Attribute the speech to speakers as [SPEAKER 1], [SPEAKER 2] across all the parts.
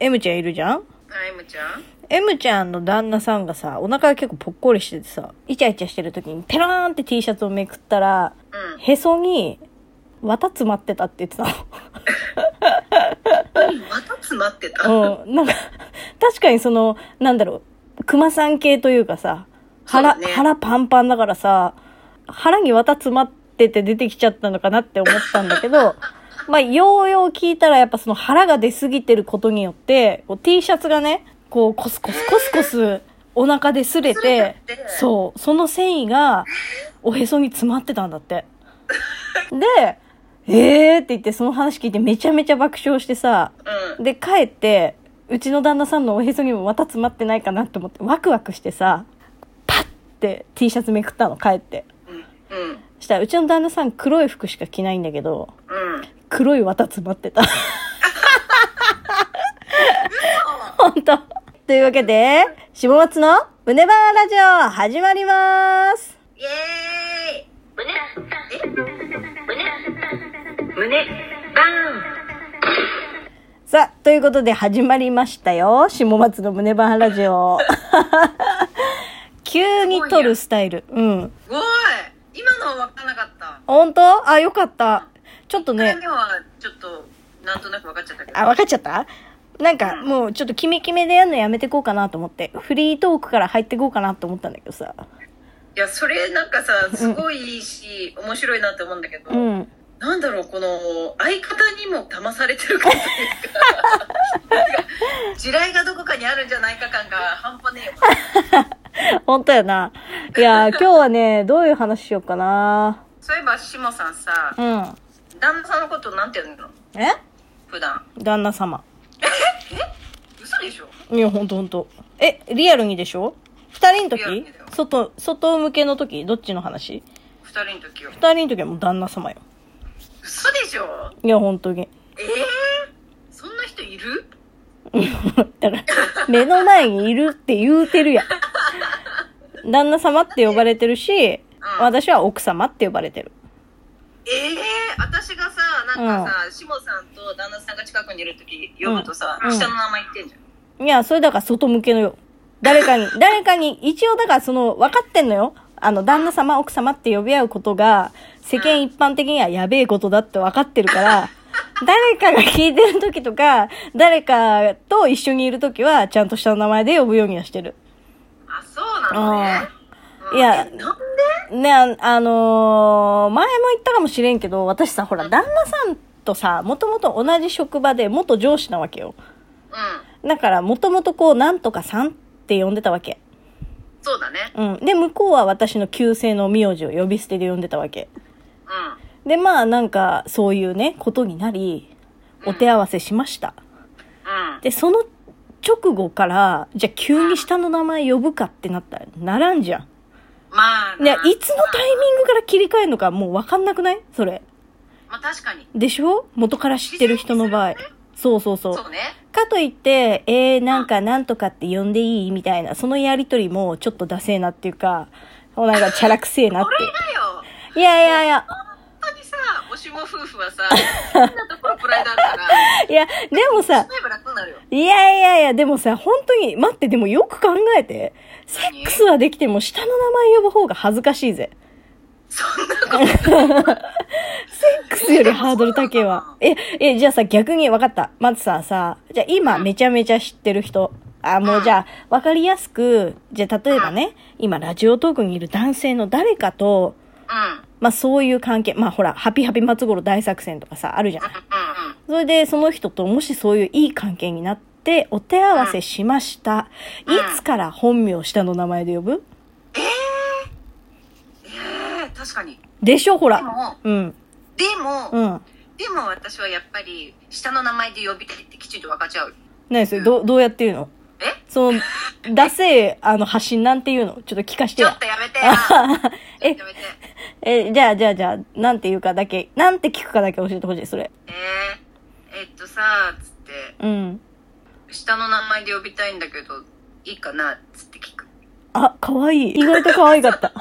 [SPEAKER 1] M ちゃんいるじゃん
[SPEAKER 2] あいむちゃん
[SPEAKER 1] ?M ちゃんの旦那さんがさ、お腹が結構ぽっこりしててさ、イチャイチャしてる時にペラーンって T シャツをめくったら、
[SPEAKER 2] うん
[SPEAKER 1] へそに綿詰まってたって言ってたの。
[SPEAKER 2] また詰まってた、
[SPEAKER 1] うん、なんか、確かにその、なんだろう、熊さん系というかさ、腹、
[SPEAKER 2] そうね
[SPEAKER 1] 腹パンパンだからさ、腹に綿詰まってて出てきちゃったのかなって思ったんだけど、 まあ、ようよう聞いたらやっぱその腹が出すぎてることによって、こう T シャツがね、こう、コスコスコスコス、お腹で擦れ
[SPEAKER 2] 擦れ
[SPEAKER 1] て
[SPEAKER 2] ちゃって、
[SPEAKER 1] そう、その繊維が、おへそに詰まってたんだって。で、えーって言ってその話聞いてめちゃめちゃ爆笑してさ、
[SPEAKER 2] うん
[SPEAKER 1] で帰ってうちの旦那さんのおへそにもまた詰まってないかなと思ってワクワクしてさパッて T シャツめくったの帰って
[SPEAKER 2] うんうん
[SPEAKER 1] したらうちの旦那さん黒い服しか着ないんだけど
[SPEAKER 2] うん
[SPEAKER 1] 黒い綿詰まってた本当というわけで下松の胸バーラジオ始まります
[SPEAKER 2] イエーイ胸胸バーン
[SPEAKER 1] さあ、ということで始まりましたよ。下松の胸バーラジオ。急に撮るスタイル。うん。
[SPEAKER 2] すごい今のは分からなかった
[SPEAKER 1] 本当あ、よかった。ちょっとね
[SPEAKER 2] 今、日はちょっとなんとなく分かっちゃったけど
[SPEAKER 1] あ、分かっちゃったなんかもうちょっとキメキメでやるのやめてこうかなと思って、フリートークから入ってこうかなと思ったんだけどさ。
[SPEAKER 2] いやそれなんかさすごいいいし、面白いなって思うんだけど、
[SPEAKER 1] うん。
[SPEAKER 2] なんだろうこの相方にも騙されてる感というか なんか地雷がどこかにあるんじゃないか感が半端ねえよ
[SPEAKER 1] 本当やな。いやー、今日はね、どういう話しようかな。
[SPEAKER 2] そういえばしもさんさ
[SPEAKER 1] うん。
[SPEAKER 2] 旦那さんのことなんて言うの
[SPEAKER 1] え
[SPEAKER 2] 普段
[SPEAKER 1] 旦那様。
[SPEAKER 2] 嘘でしょ
[SPEAKER 1] いや、ほんとほんと。え、リアルにでしょ二人の
[SPEAKER 2] リアル
[SPEAKER 1] 時
[SPEAKER 2] にだよ
[SPEAKER 1] 外、外向けの時どっちの話
[SPEAKER 2] 二人の時よ
[SPEAKER 1] 二人の時はもう旦那様よ。
[SPEAKER 2] 嘘でしょ
[SPEAKER 1] いや、本当に。
[SPEAKER 2] ええそんな人いる
[SPEAKER 1] だから、目の前にいるって言うてるやん。旦那様って呼ばれてるし、
[SPEAKER 2] うん
[SPEAKER 1] 私は奥様って呼ばれてる。
[SPEAKER 2] ええ私がさなんかさしも、さんと旦那さんが近くにいる時呼ぶとさ、
[SPEAKER 1] うん
[SPEAKER 2] 下の名前言ってんじゃん
[SPEAKER 1] いや、それだから外向けのよ。誰 かに、誰かに、一応だからその、分かってんのよ。あの、旦那様、奥様って呼び合うことが、世間一般的にはやべえことだって分かってるから、誰かが聞いてる時とか、誰かと一緒にいる時は、ちゃんとした名前で呼ぶようにはしてる。
[SPEAKER 2] あそうなのね
[SPEAKER 1] うんいや
[SPEAKER 2] うんえなんで
[SPEAKER 1] ねああのー前も言ったかもしれんけど私さほら旦那さんとさもともと同じ職場で元上司なわけよ
[SPEAKER 2] う
[SPEAKER 1] だからもともとこうなんとかさんって呼んでたわけ
[SPEAKER 2] んそうだね
[SPEAKER 1] うんで向こうは私の旧姓の名字を呼び捨てで呼んでたわけでまあなんかそういうねことになりお手合わせしました
[SPEAKER 2] うんうん
[SPEAKER 1] でその直後からじゃあ急に下の名前呼ぶかってなったらならんじゃん
[SPEAKER 2] まあ
[SPEAKER 1] ね
[SPEAKER 2] な、
[SPEAKER 1] いつのタイミングから切り替えるのかもう分かんなくないそれ
[SPEAKER 2] まあ確かに
[SPEAKER 1] でしょ元から知ってる人の場合。そうそうそう。
[SPEAKER 2] そうね
[SPEAKER 1] かといって、えー、なんかなんとかって呼んでいいみたいな、そのやりとりもちょっとダセえなっていうか、もうなんかチャラくせえなっ
[SPEAKER 2] これだよ
[SPEAKER 1] て。いやいやいや、
[SPEAKER 2] 本当にさおしも夫婦 はさそんなところプライドあるから
[SPEAKER 1] いや、でもさ、
[SPEAKER 2] 例えば楽になるよ
[SPEAKER 1] いやいやいや、でもさ、本当に、待って、でもよく考えて、セックスはできても下の名前呼ぶ方が恥ずかしいぜ。
[SPEAKER 2] そんなことない
[SPEAKER 1] セックスよりハードル高えわ。え、え、じゃあさ、逆に分かった。松さんさ、じゃあ今めちゃめちゃ知ってる人。あ、もうじゃあ、分かりやすく、じゃあ例えばね、今ラジオトークにいる男性の誰かと、
[SPEAKER 2] うん
[SPEAKER 1] まあそういう関係、まあほら、ハピハピ松五郎大作戦とかさ、あるじゃん。
[SPEAKER 2] うんうん
[SPEAKER 1] それでその人ともしそういういい関係になって、お手合わせしました。
[SPEAKER 2] うん
[SPEAKER 1] いつから本名下の名前で呼ぶ
[SPEAKER 2] ええ確かに
[SPEAKER 1] でしょ、ほ
[SPEAKER 2] で
[SPEAKER 1] ら。
[SPEAKER 2] も
[SPEAKER 1] うん、
[SPEAKER 2] でも、
[SPEAKER 1] うん。
[SPEAKER 2] でも私はやっぱり下の名前で呼びたいってきちんと分かっちゃう
[SPEAKER 1] 何それ、どう、どうやって言うの
[SPEAKER 2] え
[SPEAKER 1] その、ダセえ、あの、発信なんていうのちょっと聞かして
[SPEAKER 2] ちょ
[SPEAKER 1] よ
[SPEAKER 2] っ。とやめてよちょっとやめて
[SPEAKER 1] え、じゃあ、じゃあ、じゃあ、なんて言うかだけ、なんて聞くかだけ教えてほしい、それ。
[SPEAKER 2] えー、えっとさつって
[SPEAKER 1] うん。
[SPEAKER 2] 下の名前で呼びたいんだけどいいかなっつって聞く
[SPEAKER 1] あ、かわいい。意外と可愛かった。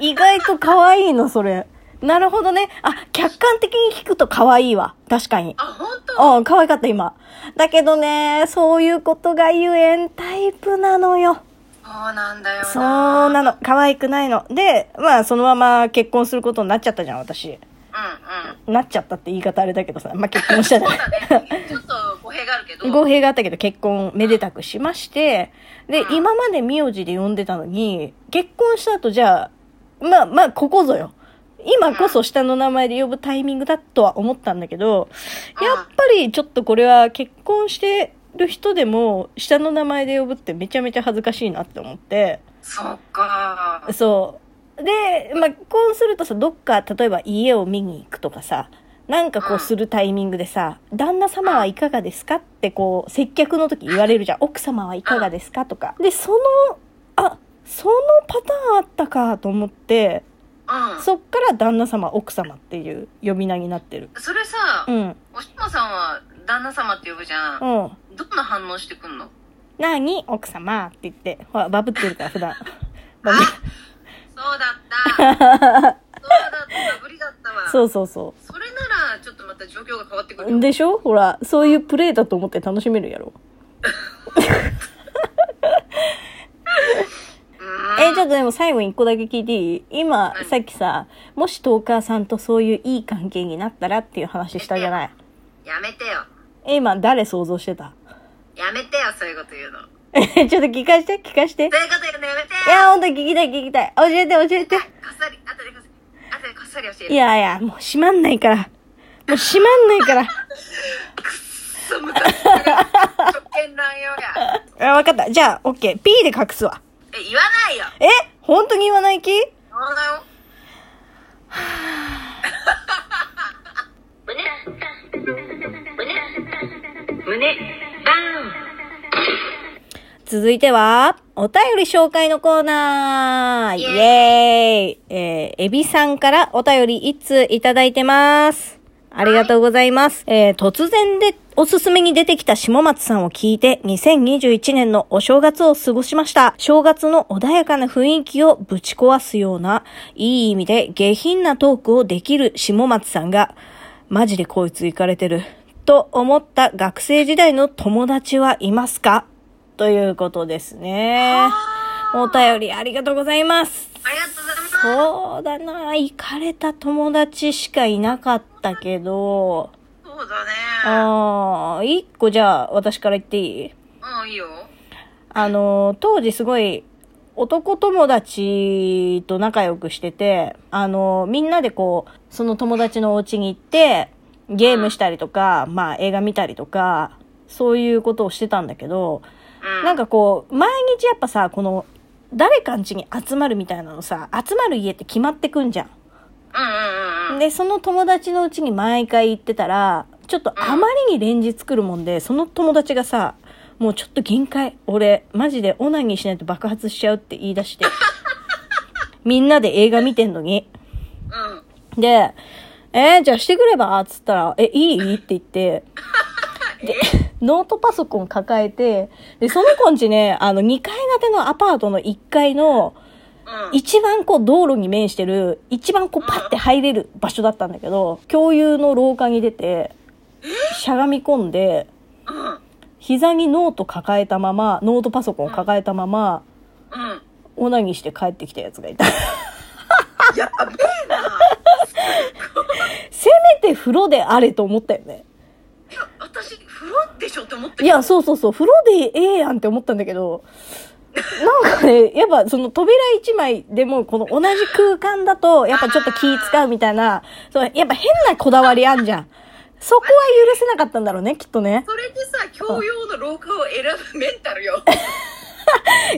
[SPEAKER 1] 意外と可愛いの、それ。なるほどね。あ、客観的に聞くと可愛いわ。確かに。
[SPEAKER 2] あ本当
[SPEAKER 1] うん、可愛かった今。だけどね、そういうことが言えんタイプなのよ。
[SPEAKER 2] そうなんだよ
[SPEAKER 1] そうな
[SPEAKER 2] の
[SPEAKER 1] の。可愛くないの。で、まあ、そのまま結婚することになっちゃったじゃん、私。
[SPEAKER 2] うんうん
[SPEAKER 1] なっちゃったって言い方あれだけどさ、まあ結婚したじゃ
[SPEAKER 2] そ
[SPEAKER 1] な
[SPEAKER 2] う
[SPEAKER 1] い。
[SPEAKER 2] だねちょっと語弊があるけど
[SPEAKER 1] 語弊があったけど結婚めでたくしまして、で、
[SPEAKER 2] うん
[SPEAKER 1] 今まで名字で呼んでたのに、結婚した後じゃあ、まあまあ、ここぞよ。今こそ下の名前で呼ぶタイミングだとは思ったんだけど、
[SPEAKER 2] うん
[SPEAKER 1] やっぱりちょっとこれは結婚してる人でも、下の名前で呼ぶってめちゃめちゃ恥ずかしいなって思って、
[SPEAKER 2] そっか
[SPEAKER 1] そう。で、まあ、結婚するとさ、どっか、例えば家を見に行くとかさ、なんかこうするタイミングでさ、旦那様はいかがですかってこう、接客の時言われるじゃん。奥様はいかがですかとか。で、その、あ、そのパターンあったかと思って、
[SPEAKER 2] うんそ
[SPEAKER 1] そっから旦那様、奥様っていう呼び名になってる。
[SPEAKER 2] れさ、
[SPEAKER 1] うん、
[SPEAKER 2] おしのさんは旦那様って呼ぶじ
[SPEAKER 1] う
[SPEAKER 2] ゃん、
[SPEAKER 1] ん。
[SPEAKER 2] どんな反応してくんの
[SPEAKER 1] なあに、奥様って言って、ほら、バブってるから普段。バブ
[SPEAKER 2] そう だったそうだったぶりだったわ
[SPEAKER 1] そうそうそ
[SPEAKER 2] それならちょっとまた状況が変わってくる
[SPEAKER 1] う。
[SPEAKER 2] よ
[SPEAKER 1] でしょほら、そういうプレイだと思って楽しめるやろ。
[SPEAKER 2] うーん
[SPEAKER 1] えーちょっとでも最後に一個だけ聞いていい今
[SPEAKER 2] はい
[SPEAKER 1] さっきさもしトーカーさんとそういういい関係になったらっていう話したじゃない
[SPEAKER 2] やめてよ
[SPEAKER 1] え今誰想像してた
[SPEAKER 2] やめてよそういうこと言うの
[SPEAKER 1] えちょっと聞かして聞かしてい
[SPEAKER 2] そういうこと言うのやめてよ
[SPEAKER 1] やほんと聞きたい聞きたい教えて教えて
[SPEAKER 2] こっそり後でこっそり後でこっそり教える
[SPEAKER 1] いやいやもう閉まんないからもう閉まんないから
[SPEAKER 2] そうむかつく直見乱 用や
[SPEAKER 1] あ分かったじゃあ OK P で隠すわ
[SPEAKER 2] え言わないよ
[SPEAKER 1] え本当に言わない気
[SPEAKER 2] 言わないよ胸バ
[SPEAKER 1] 続いては、お便り紹介のコーナーイ
[SPEAKER 2] イ
[SPEAKER 1] エーイえー、エビさんからお便り一通いただいてます。ありがとうございます。えー、突然でおすすめに出てきた下松さんを聞いて、2021年のお正月を過ごしました。正月の穏やかな雰囲気をぶち壊すような、いい意味で下品なトークをできる下松さんが、マジでこいついかれてる。と思った学生時代の友達はいますかということですね。お便りありがとうございます。
[SPEAKER 2] ありがとうございます
[SPEAKER 1] そうだな、行かれた友達しかいなかったけど、
[SPEAKER 2] そうだね
[SPEAKER 1] あー、一個じゃあ私から言っていい
[SPEAKER 2] うんいいよ
[SPEAKER 1] あの、当時すごい男友達と仲良くしてて、あの、みんなでこう、その友達のお家に行って、ゲームしたりとか、まあ映画見たりとか、そういうことをしてたんだけど、
[SPEAKER 2] うん
[SPEAKER 1] なんかこう、毎日やっぱさ、この、誰かん家に集まるみたいなのさ、集まる家って決まってくんじゃ
[SPEAKER 2] うんうんうん
[SPEAKER 1] ん。
[SPEAKER 2] うん
[SPEAKER 1] で、その友達のうちに毎回行ってたら、ちょっとあまりに連日来るもんで、その友達がさ、もうちょっと限界、俺、マジでオナニーしないと爆発しちゃうって言い出 して、みんなで映画見てんのに。
[SPEAKER 2] うん
[SPEAKER 1] で、えー、じゃあしてくればつったら、え、いいって言って、 でノートパソコン抱えて、で、その子んちね、あの、2階建てのアパートの1階の、
[SPEAKER 2] うん
[SPEAKER 1] 一番こう道路に面してる、一番こうパッて入れる場所だったんだけど、共有の廊下に出て、しゃがみ込んで、
[SPEAKER 2] うん
[SPEAKER 1] 膝にノート抱えたまま、ノートパソコン抱えたまま、
[SPEAKER 2] うん
[SPEAKER 1] オナニーして帰ってきたやつがい た。
[SPEAKER 2] やべえな
[SPEAKER 1] せめて風呂であれと思ったよね。
[SPEAKER 2] いや私風呂でしょって思って
[SPEAKER 1] いや、そうそうそう、風呂でええやんって思ったんだけど、なんかね、 やっぱその扉一枚でもこの同じ空間だと、やっぱちょっと気使うみたいな、そう、やっぱ変なこだわりあんじゃん。そこは許せなかったんだろうね、きっとね。
[SPEAKER 2] それでさ教養の廊下を選ぶメンタルよ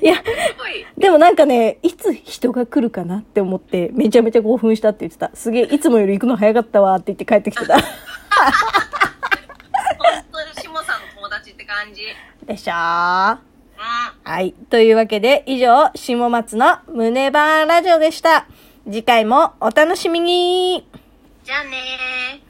[SPEAKER 1] いや、
[SPEAKER 2] すごい
[SPEAKER 1] でもなんかね、いつ人が来るかなって思って、めちゃめちゃ興奮したって言ってた。すげえ、いつもより行くの早かったわって言って帰ってきてた。
[SPEAKER 2] 本当に下さんの友達って感じ
[SPEAKER 1] でしょー。
[SPEAKER 2] う
[SPEAKER 1] はい。というわけで、以上、下松の胸バーンラジオでした。次回もお楽しみに
[SPEAKER 2] んじゃあねー